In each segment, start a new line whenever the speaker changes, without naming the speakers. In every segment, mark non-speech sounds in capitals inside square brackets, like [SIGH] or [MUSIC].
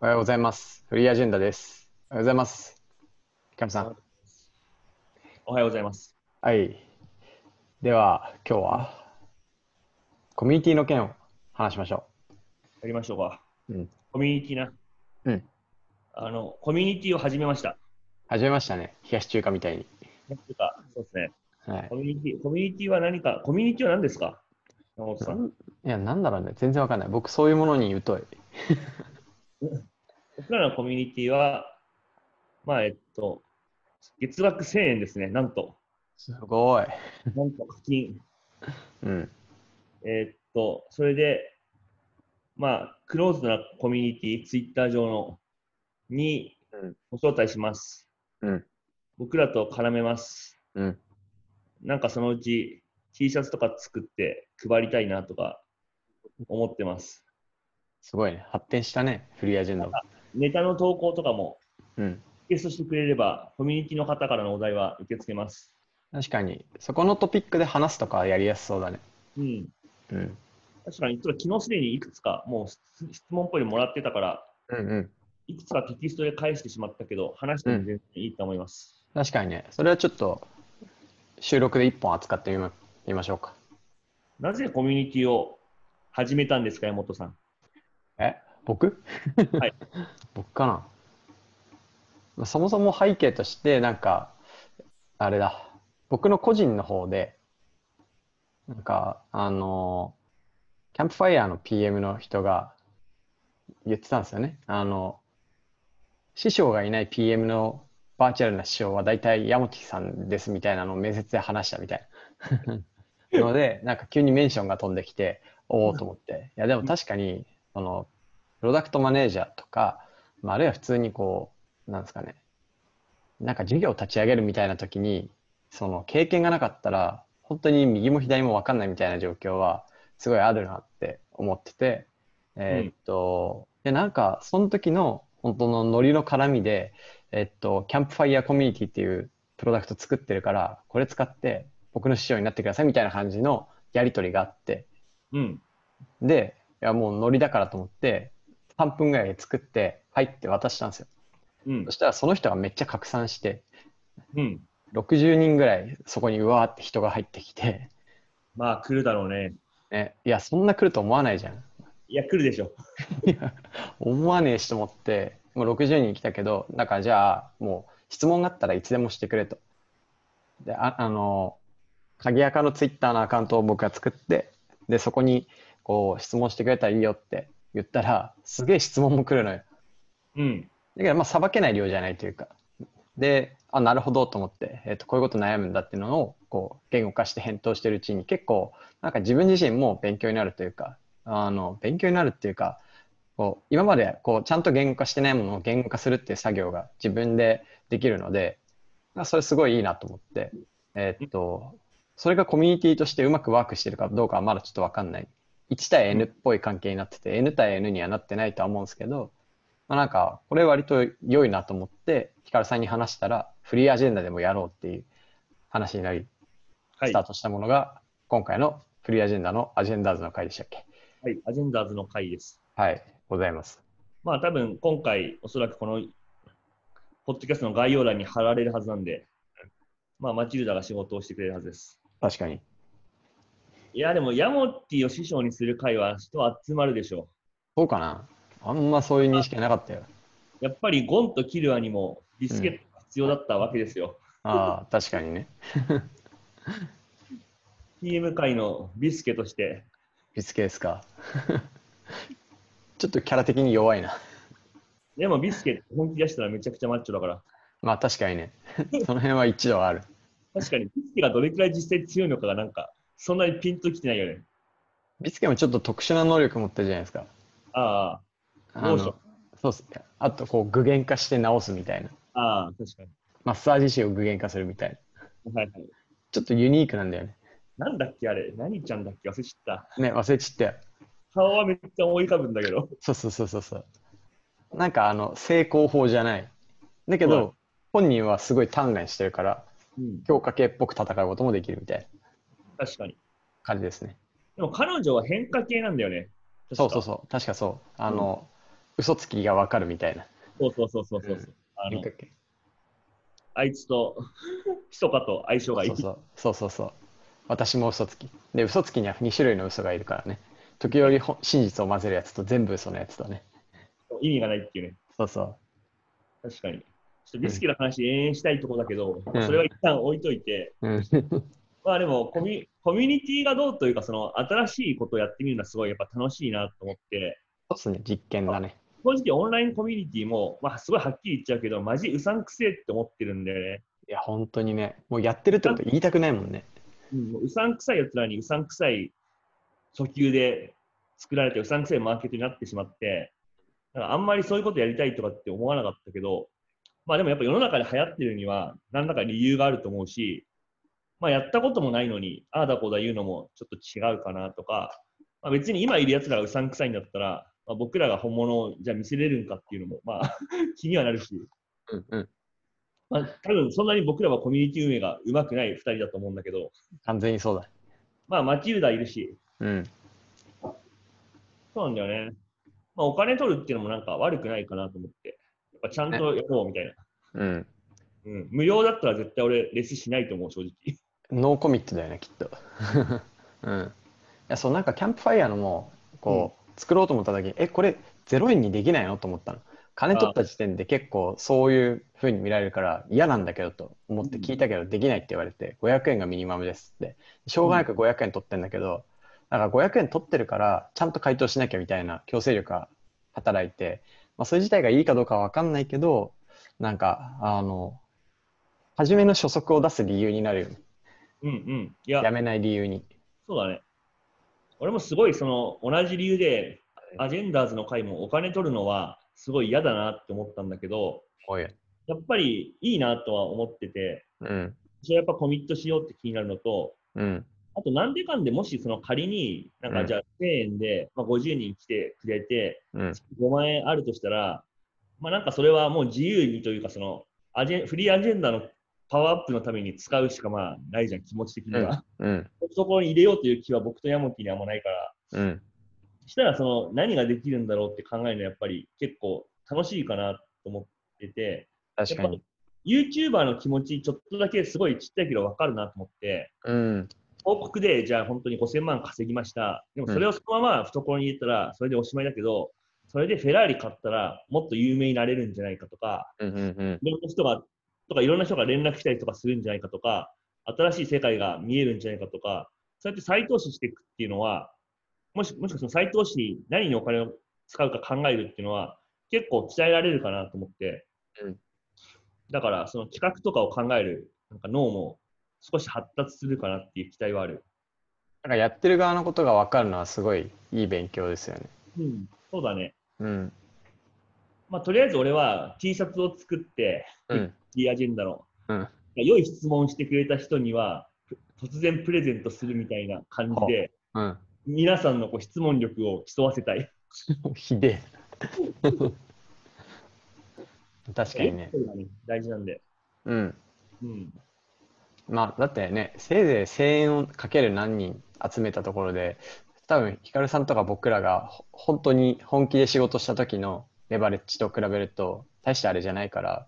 おはようございます。フリーアジェンダです。おはようございます。ひかみさん。
おはようございます。
はい。では、今日は、コミュニティの件を話しましょ
やりましょうか。
う。うん。
コミュニティな。
うん。
あの、コミュニティを始めました。
始めましたね。冷やし中華みたいに。
なんていうか、そうですね。
はい
コ。ミュニティ、コミュニティは何か、コミュニティは何ですか山本さん。
いや、なんだろうね。全然わかんない。僕、そういうものに疎い。
僕らのコミュニティは、まあ、えっと、月額1000円ですね。なんと。
すごい。
なんと課金。
うん。
えっと、それで、まあ、クローズなコミュニティ、ツイッター上の、に
うん、
ご招待します。
うん。
僕らと絡めます。
うん。
なんかそのうち T シャツとか作って配りたいなとか思ってます。
すごいね。発展したね。フリーアジェンダも。
ネタの投稿とかも
うん。
リクエストしてくれれば、コミュニティの方からのお題は受け付けます。
確かに、そこのトピックで話すとかやりやすそうだね。
うん。
うん。
確かに、ちょっと昨日すでにいくつかもう質質問っぽいのもらってたから、
うんうん。
いくつかテキストで返してしまったけど、話しても全然いいと思います。
確かにね。それはちょっと、収録で一本扱ってみまみましょうか。
なぜコミュニティを始めたんですか、山本さん。
え僕
はい
[LAUGHS] 僕かなまあそもそも背景としてなんかあれだ僕の個人の方でなんかあのキャンプファイヤーの PM の人が言ってたんですよねあの師匠がいない PM のバーチャルな師匠は大体山木さんですみたいなのを面接で話したみたいな [LAUGHS] のでなんか急にメンションが飛んできておおと思っていやでも確かにそのプロダクトマネージャーとか、まあ、あるいは普通にこう、なんですかね、なんか事業を立ち上げるみたいな時に、その経験がなかったら、本当に右も左も分かんないみたいな状況は、すごいあるなって思ってて、えーっと、で、なんか、その時の、本当のノリの絡みで、えっと、キャンプファイヤーコミュニティっていうプロダクト作ってるから、これ使って僕の師匠になってくださいみたいな感じのやり取りがあって、
うん。
で、いやもうノリだからと思って、3分ぐらいで作って、はいって渡したんですよ。
うん
そ。したらその人がめっちゃ拡散して、
うん。
60人ぐらいそこにうわーって人が入ってきて、
まあ、来るだろうね。
ね、いや、そんな来ると思わないじゃん。
いや、来るでしょ。
いや思わねえしと思って、もう60人来たけど、だからじゃあ、もう質問があったらいつでもしてくれと。で、ああの、鍵垢のツイッターのアカウントを僕が作って、で、そこにこう質問してくれたらいいよって言ったら、すげえ質問も来るのよ。
うん。
だけど、まあ、さばけない量じゃないというか。で、あ、なるほどと思って、えっと、こういうこと悩むんだっていうのを、こう、言語化して返答してるうちに、結構、なんか自分自身も勉強になるというか、あの、勉強になるっていうか、こう、今まで、こう、ちゃんと言語化してないものを言語化するっていう作業が自分でできるので、まあそれすごいいいなと思って、えっと、それがコミュニティとしてうまくワークしてるかどうかはまだちょっとわかんない。1対 N っぽい関係になってて、N 対 N にはなってないとは思うんですけど、まあ、なんか、これ割と良いなと思って、ヒカルさんに話したら、フリーアジェンダでもやろうっていう話になり、
は
ス
い。
ター
は
トしたものが、今回のフリーアジェンダのアジェンダーズの回でしたっけ
い。アジェンダーズの会です。
はい、ございます。
まあ多分今回おそらくこのポッドキャストの概要欄に貼られるはずなんで、まあマチルダが仕事をしてくれるはずです。
確かに。
いやでもヤモッティを師匠にする会は人集まるでしょ
そうかなあんまそういう認識なかったよ。
う。やっぱりゴンとキルアにもビスケットが必要だったわけですよ。
ああ、確かにね。
TM 界のビスケとして、
ビスケですか。 [LAUGHS] ちょっとキャラ的に弱いな。
でもビスケ本気出したらめちゃくちゃマッチョだから、
まあ確かに
[LAUGHS]
ね。その辺は一度はある。
確かにビスケがどれくらい実際強いのかがなんかそんなにピンときてないよね。
ビスケもちょっと特殊な能力持ってるじゃないですか。
あ
あ
ど
の
うしよ
そうっすね。あと、こう、具現化して直すみたいな。
あ、ああ、確か
マッサージ師を具現化するみたいな。
に。はいはい。
ちょっとユニークなんだよね。
なんだっけあれ、何ちゃんだっけ忘れちゃった。
ね、忘れちったよ。
顔はめっちゃ思い浮かぶんだけど。
そうそうそうそうそう。なんかあの、成功法じゃない。だけど、
はい
本人はすごい鍛錬してるから、
うん、
強化系っぽく戦うこともできるみたいな
確かに。
感じですね。
でも彼女は変化系なんだよね。
そうそう
う。
そう。確かそう。あの、嘘つきがわかるみたいな。
そうそうそうそうそう。
うん
あの
なんだっけ
あいつと、ひそかと相性がいい。
そうそうそうそうそう。私も嘘つき。で、嘘つきには2種類の嘘がいるからね。時折ほ真実を混ぜるやつと全部嘘のやつとね。
意味がないっていうね。
そうそう。
確かに。ちょっとリスキーな話、延々したいところだけど、
うん
それは一旦置いといて、
うん、 [LAUGHS]
まあでもコミュ、コミュニティがどうというか、その新しいことをやってみるのはすごいやっぱ楽しいなと思って、
そうっすね、実験だね。
正直オンラインコミュニティも、まあすごいはっきり言っちゃうけど、マジうさんくせえって思ってるんだよね。
いや、本当にね、もうやってるってこと言いたくないもんね。
うん、もううさんくさいやつらにうさんくさい訴求で作られて、うさんくさいマーケットになってしまって、だからあんまりそういうことやりたいとかって思わなかったけど、まあでもやっぱ世の中で流行ってるには、何らか理由があると思うし、まあやったこともないのに、ああだこうだ言うのもちょっと違うかなとか、まあ、別に今いるやつらがうさんくさいんだったら、まあ、僕らが本物をじゃあ見せれるんかっていうのも、まあ気にはなるし、
うんうん。
まあ多分そんなに僕らはコミュニティ運営がうまくない2人だと思うんだけど、
完全にそうだ。
まあマチルダいるし、
うん。
そうなんだよね。まあ、お金取るっていうのもなんか悪くないかなと思って、やっぱちゃんとやろうみたいな。
うん。
うん、無料だったら絶対俺、レスしないと思う、正直。
ノーコミットだよね、きっと。 [LAUGHS] うん。いや、そう、なんかキャンプファイヤーのもう、こう、作ろうと思った時に、え、これ0円にできないのと思ったの。金取った時点で結構そういう風に見られるから嫌なんだけどと思って聞いたけどできないって言われて500円がミニマムですってしょうがなく500円取ってんだけどだから500円取ってるからちゃんと回答しなきゃみたいな強制力が働いてまあそれ自体がいいかどうかは分かんないけどなんかあの初めの初速を出す理由になるよね
うんうん。いや
や、めない理由に。
そうだね。俺もすごい、その、同じ理由で、アジェンダーズの会もお金取るのは、すごい嫌だなって思ったんだけど、
おい。
やっぱりいいなとは思ってて、
うん。
それやっぱコミットしようって気になるのと、
うん。
あと、なんでかんでもし、その仮に、なん
う
か
ん
じゃあ1000円で、まあ、50人来てくれて、
うん。
5万円あるとしたら、まあ、なんかそれはもう自由にというかそのアジェン、フリーアジェンダのパワーアップのために使うしかまあないじゃん、気持ち的には。
うん。
そこに入れようという気は僕とヤモキにはもうないから、
うん。
したらその何ができるんだろうって考えるのはやっぱり結構楽しいかなと思ってて、
確かに。
やっぱ YouTuber の気持ち、ちょっとだけすごいちっちゃいけど分かるなと思って、
うん。
報告で、じゃあ本当に5000万稼ぎました。でもそれをそのまま懐に入れたら、それでおしまいだけど、それでフェラーリ買ったら、もっと有名になれるんじゃないかとか、
うん。うん。
いろんな人が、とかいろんな人が連絡来たりとかするんじゃないかとか、新しい世界が見えるんじゃないかとか、そうやって再投資していくっていうのは、もし、もしかしたら再投資に何にお金を使うか考えるっていうのは、結構鍛えられるかなと思って、
うん
だからその企画とかを考える、なんか脳も少し発達するかなっていう期待はある。
なんかやってる側のことが分かるのはすごいいい勉強ですよね。
うん、そうだね。
うん。
まあ、とりあえず俺は T シャツを作って、
うん。
D アジェンダの、
うん。
良い質問してくれた人には、ぷ突然プレゼントするみたいな感じで、
うん。
皆さんのこう質問力を競わせたい。
[LAUGHS] ひでえ。 [LAUGHS] 確かにね
そ。うだね大事なんで。
うん。
うん。
まあ、だってね、せいぜい1000円をかける何人集めたところで、多分ヒカルさんとか僕らがほ本当に本気で仕事した時のレバレッジと比べると、大してあれじゃないから、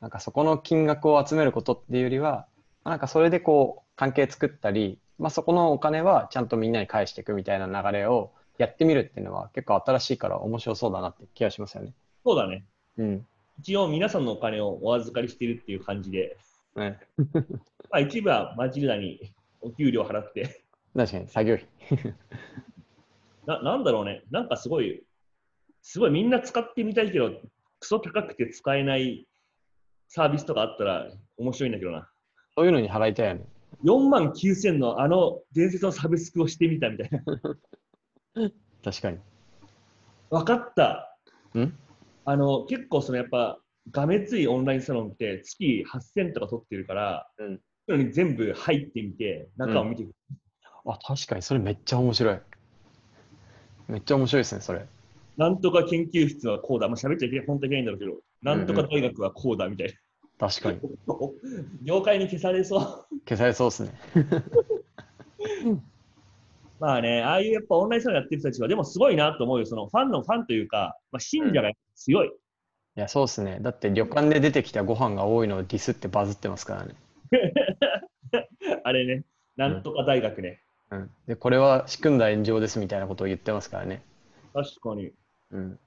なんかそこの金額を集めることっていうよりは、まあなんかそれでこう関係作ったり、まあ、そこのお金はちゃんとみんなに返していくみたいな流れをやってみるっていうのは結構新しいから面白そうだなって気がしますよね。
そうだね。
うん。
一応皆さんのお金をお預かりしてるっていう感じで、
ね、
まあ、一部はマジルダにお給料払って、
確かに作業費。
ななんだろうね、なんかすごい、すごいみんな使ってみたいけど、クソ高くて使えないサービスとかあったら面白いんだけどな。
そういうのに払いたいよね。
4万9000のあの伝説のサブスクをしてみたみたいな。
確かに。
分かった。
うん
あの、結構そのやっぱ、がめついオンラインサロンって月8000とか取ってるから、
うん
そういうのに全部入ってみて、中を見ていく、
あ、確かに、それめっちゃ面白い。めっちゃ面白いですね、それ。
なんとか研究室はこうだ。まあ、喋っちゃいけない、本当にいけないんだろうけど、なんとか大学はこうだみた [LAUGHS] い
確かに。
な。業界に消されそう。
消されそうですね。
まあね、ああいうやっぱオンラインサロンやってる人たちは、でもすごいなと思うよ。そのファンのファンというか、まあ、信者が強い。
いや、そうですね。だって旅館で出てきたご飯が多いのをディスってバズってますからね。
あれね、なんとか大学ね。
うん、で、これは仕組んだ炎上ですみたいなことを言ってますからね。
確かに。
うん、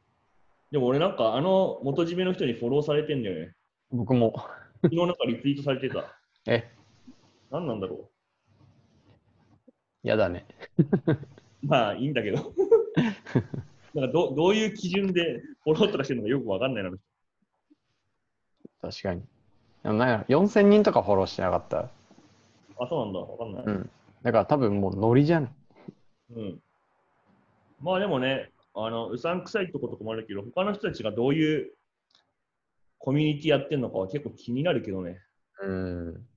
でも俺なんかあの元締めの人にフォローされてんだよね。
僕も、
昨日なんかリツイートされてた。
[LAUGHS] え、
何なんだろ
やだね。
う。まあいいんだけど。 [LAUGHS] なんかどどういう基準でフォローとかしてるのかよくわかんないな。
確かに。でもなんやろ4000人とかフォローしてなかった。
あ、そうなんだ。わかんない。
うん。だから多分もうノリじゃん。
うん。まあでもね、あの、うさんくさいとことかもあるけど、他の人たちがどういうコミュニティやってるのかは結構気になるけどね。
うん。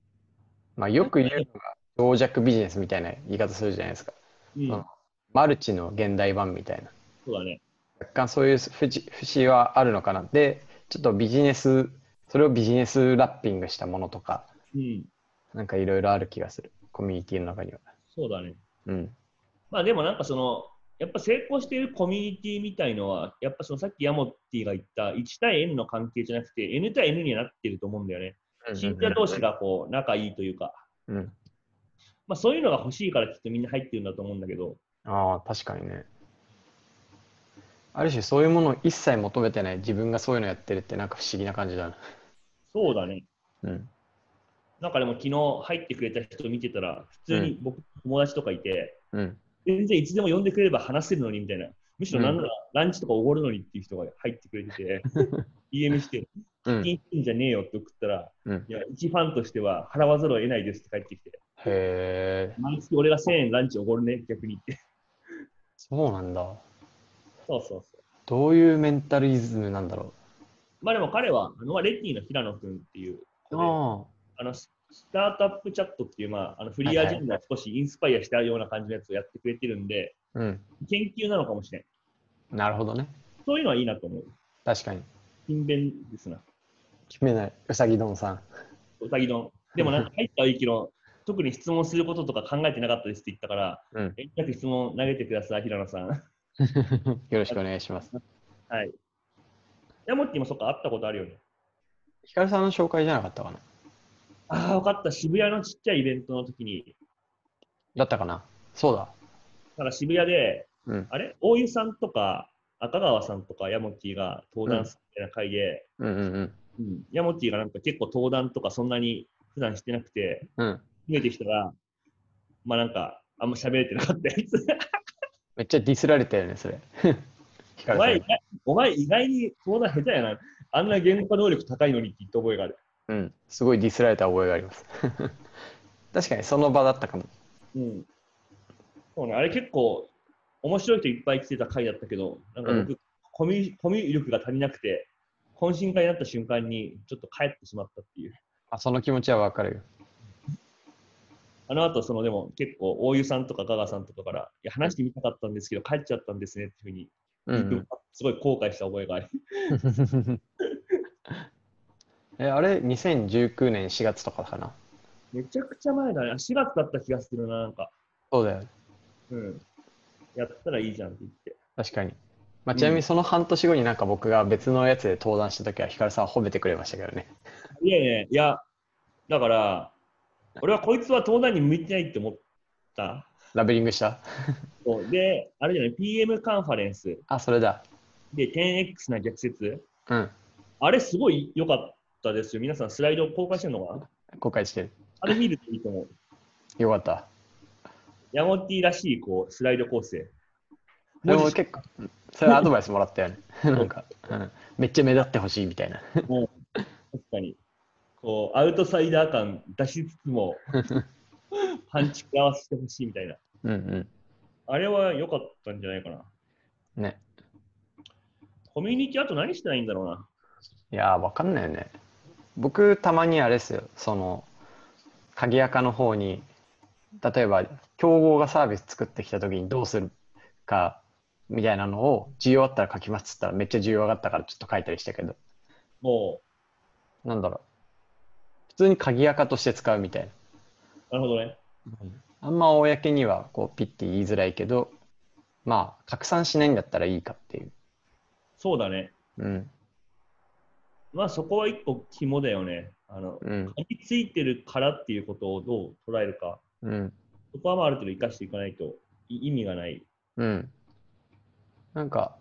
まあよく言うのが、傍弱ビジネスみたいな言い方するじゃないですか。
うん。
あマルチの現代版みたいな。
そうだね。
若干そういう節節はあるのかなでちょっとビジネスそれをビジネスラッピングしたものとか
うん。
なんかいろいろある気がするコミュニティの中には
そうだね。
うん
まあでもなんかその、やっぱ成功しているコミュニティみたいのは、やっぱそのさっきヤモッティが言った1対 N の関係じゃなくて N 対 N にはなってると思うんだよね。信者同士がこう仲いいというか、
うん
まあそういうのが欲しいからきっとみんな入ってるんだと思うんだけど、
ああ確かにねある種そういうものを一切求めてない自分がそういうのやってるってなんか不思議な感じだな
そうだね。
うん
なんかでも昨日入ってくれた人見てたら、普通に僕、友達とかいて、
うん
全然いつでも呼んでくれれば話せるのにみたいな、むしろなんならランチとかおごるのにっていう人が入ってくれ
[LAUGHS]
てて、DM して、
う
「
ん
金品じゃねえよ」って送ったら、
うん
いや、一ファンとしては払わざるを得ないですって帰ってきて、
へえ
毎月俺が1000円ランチおごるね、逆にって。
そうなんだ
そうそうそう。
どういうメンタリズムなんだろ
まあでも彼は、あのレッティの平野君っていう
う
子で
あ
あのススタートアップチャットっていう、まあ、あのフリーアジェンダを少しインスパイアしたような感じのやつをやってくれてるんで、
あうん
研究なのかもしれん。
なるほどね
そういうのはいいなと思う。
確かに
勤勉ですな。
決めないうさぎどんさん
うさぎ丼。でもなんか入ったはいいけど、特に質問することとか考えてなかったですって言ったから、
うん
遠慮なく質問投げてください、平野さ
[LAUGHS]
ん。
よろしくお願いします。
はい。ヤモッティもそっか、会ったことあるよね。
ひかるさんの紹介じゃなかったかな
ああ、分かった。渋谷のちっちゃいイベントの時に、
だったかなそうだ。
なんか渋谷で、
うん。
あれ大湯さんとか赤川さんとかヤモッティが登壇するみたいな会で、
うんうん
うんヤモッティがなんか結構登壇とかそんなに普段してなくて、
うん。うん。
決めてきたら、まあなんか、あんま喋れてなかったやつ。
めっちゃディスられたよね、それ。 [LAUGHS] ひか
お
るさ
前
ん
意。外、お前意外に相談下手やな。あんな言語能力高いのにって言った覚えがある。
うん。すごいディスられた覚えがあります。 [LAUGHS] 確かにその場だったかも。
うん。そうね、あれ結構面白い人いっぱい来てた回だったけど、なんか僕、コミュコミュ力が足りなくて、懇親会になった瞬間にちょっと帰ってしまったっていう。
あ、その気持ちはわかるよ。
あの後、そのでも結構、大湯さんとかガガさんとかから、いや、話してみたかったんですけど、帰っちゃったんですねっていうふうに、
うん、うん。
すごい後悔した覚えがある。
[LAUGHS] え、あれ、2019年4月とかかな
めちゃくちゃ前だね。4月だった気がするな、なんか。
そうだよ。
うん。やったらいいじゃんって言って。
確かに。まあ、
うん
ちなみにその半年後になんか僕が別のやつで登壇した時はひかるさんは褒めてくれましたけどね。
いやいやいや、だから、俺はこいつは東大に向いてないって思った。
ラベリングした
そうで、あれじゃない、PM カンファレンス
あ、それだ。
で 10X な逆説、
うん。
あれすごい良かったですよ。皆さんスライド公開してるのかな
後悔してる。
あれ見るといいと思う。
よかった。
ヤモティらしいこうスライド構成。
でも
文字
結構、それアドバイスもらったよね。なんか、うん、めっちゃ目立ってほしいみたいな。
確かに、こう、アウトサイダー感出しつつも、パンチ食らわせてほしいみたいな。
うん
あれは良かったんじゃないかな。
うん。ね。
コミュニティあと何してないんだろうな。
いやー、わかんないよね。僕、たまにあれですよ。その、鍵垢の方に、例えば、競合がサービス作ってきた時にどうするか、みたいなのを、需要あったら書きますっつったら、めっちゃ需要上がったからちょっと書いたりしたけど、
も
なんだろう。普通に鍵垢として使うみたいな。
う、なるほどね。
あんま公にはこうピッて言いづらいけど、まあ、拡散しないんだったらいいかっていう。
そうだね。
うん。
まあそこは一個肝だよね。あの、
うん。
噛みついてるからっていうことをどう捉えるか。
うん。
そこはまあある程度生かしていかないとい意味がない。
うん。なんか、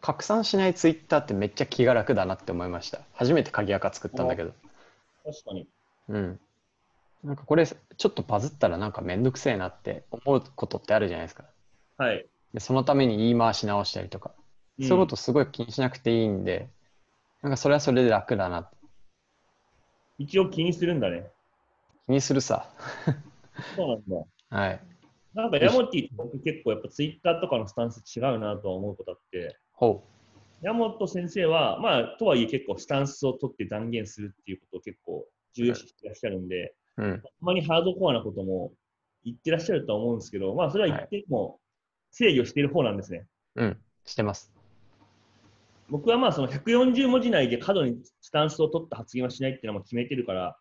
拡散しないツイッターってめっちゃ気が楽だなって思いました。初めて鍵垢作ったんだけど。
確かに。
うん。なんかこれ、ちょっとバズったらなんかめんどくせえなって思うことってあるじゃないですか。
はい。
でそのために言い回し直したりとか。
うん
そういうことすごい気にしなくていいんで、なんかそれはそれで楽だな。
一応気にするんだね。
気にするさ。
そうなんだ。
はい。
なんかヤモティと僕結構やっぱツイッターとかのスタンス違うなとは思うことあって、
ほ
ヤモト先生は、まあ、とはいえ結構スタンスを取って断言するっていうことを結構重要視してらっしゃるんで、
う。うん。
あまりハードコアなことも言ってらっしゃるとは思うんですけど、まあ、それは言っても制御している方なんですね。
うん。してます。
僕はまあその140文字内で過度にスタンスを取った発言はしないっていうのも決めてるから、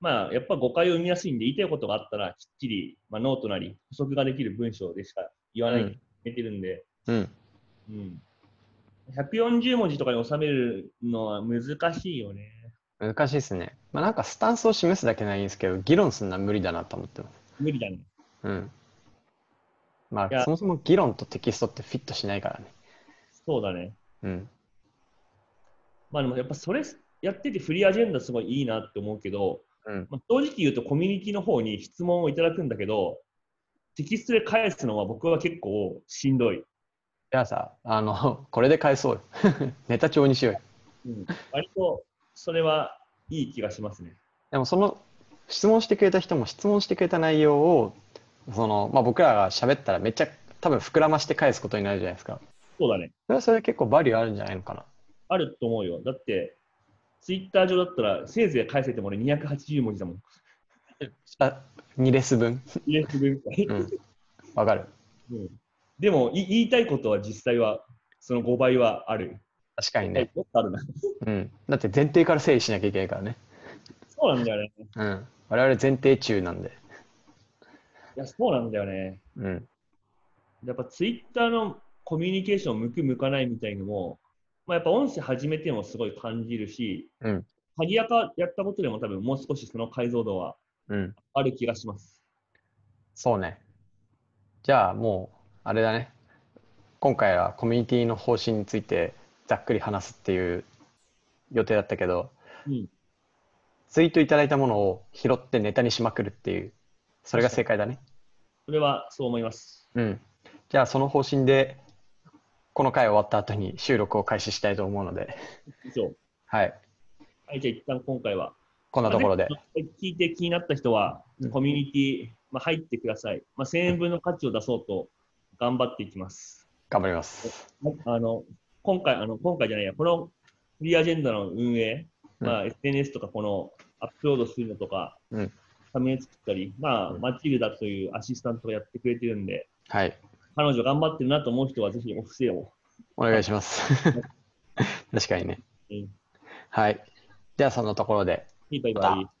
まあ、やっぱ誤解を生みやすいんで、言いたいことがあったら、きっちり、まあ、ノートなり、補足ができる文章でしか言わないって決めてるんで、
うん。
うん140文字とかに収めるのは難しいよね。
難しいですね。まあなんかスタンスを示すだけならいいんですけど、議論するのは無理だなと思ってます。
無理だね。
うん。ま
い
あ
や
そもそも議論とテキストってフィットしないからね。
そうだね。
うん。
まあでもやっぱそれやっててフリーアジェンダすごいいいなって思うけど、
うん。
まあ、正直言うとコミュニティの方に質問をいただくんだけど、テキストで返すのは僕は結構しんどい。
じゃあさ、あの、 [LAUGHS] これで返そうよ。ネタ帳にしようよ。
うん、割とそれはいい気がしますね。
でもその質問してくれた人も質問してくれた内容をその、まあ、僕らが喋ったらめっちゃ多分膨らまして返すことになるじゃないですか。
そうだね。
それはそれで結構バリューあるんじゃないのかな。
あると思うよ。だって、ツイッター上だったらせいぜい返せても俺280文字だもん。
あ2レス分。
入れてくれるから
うん。わかる。
うんでもい言いたいことは実際はその5倍はある。
確かにね。
もっとあるな。
うん。だって前提から整理しなきゃいけないからね。
そうなんだよね。
うん。我々前提中なんで。
いや、そうなんだよね。
うん。
やっぱツイッターのコミュニケーション向く向かないみたいのも、まあ、やっぱ音声始めてもすごい感じるし、
うん
鍵垢やったことでも多分もう少しその解像度は
うん。
ある気がします。
そうね。じゃあもう、あれだね。今回はコミュニティの方針についてざっくり話すっていう予定だったけど、
うん、
ツイートいただいたものを拾ってネタにしまくるっていう、それが正解だね。
それはそう思います。
うん。じゃあ、その方針で、この回終わった後に収録を開始したいと思うので、
以上。
はい。
はい、じゃあ一旦今回は。
こんなところで。
まあぜひ聞いて気になった人は
うん、
コミュニティ、まあ、入ってください。まあ、1000円分の価値を出そうと頑張っていきます。
頑張ります。
あの今回あの、今回じゃないや、このフリーアジェンダの運営、まあ、SNS とかこのアップロードするのとか、
うん
サムネ作ったり、まあ、
うん
マチルダというアシスタントがやってくれてるんで、
はい。
彼女頑張ってるなと思う人はぜひお布施を。
お願いします。 [LAUGHS] 確かにね
うん。
はい。では、そんなところで。
バイバ
ま
イ
た。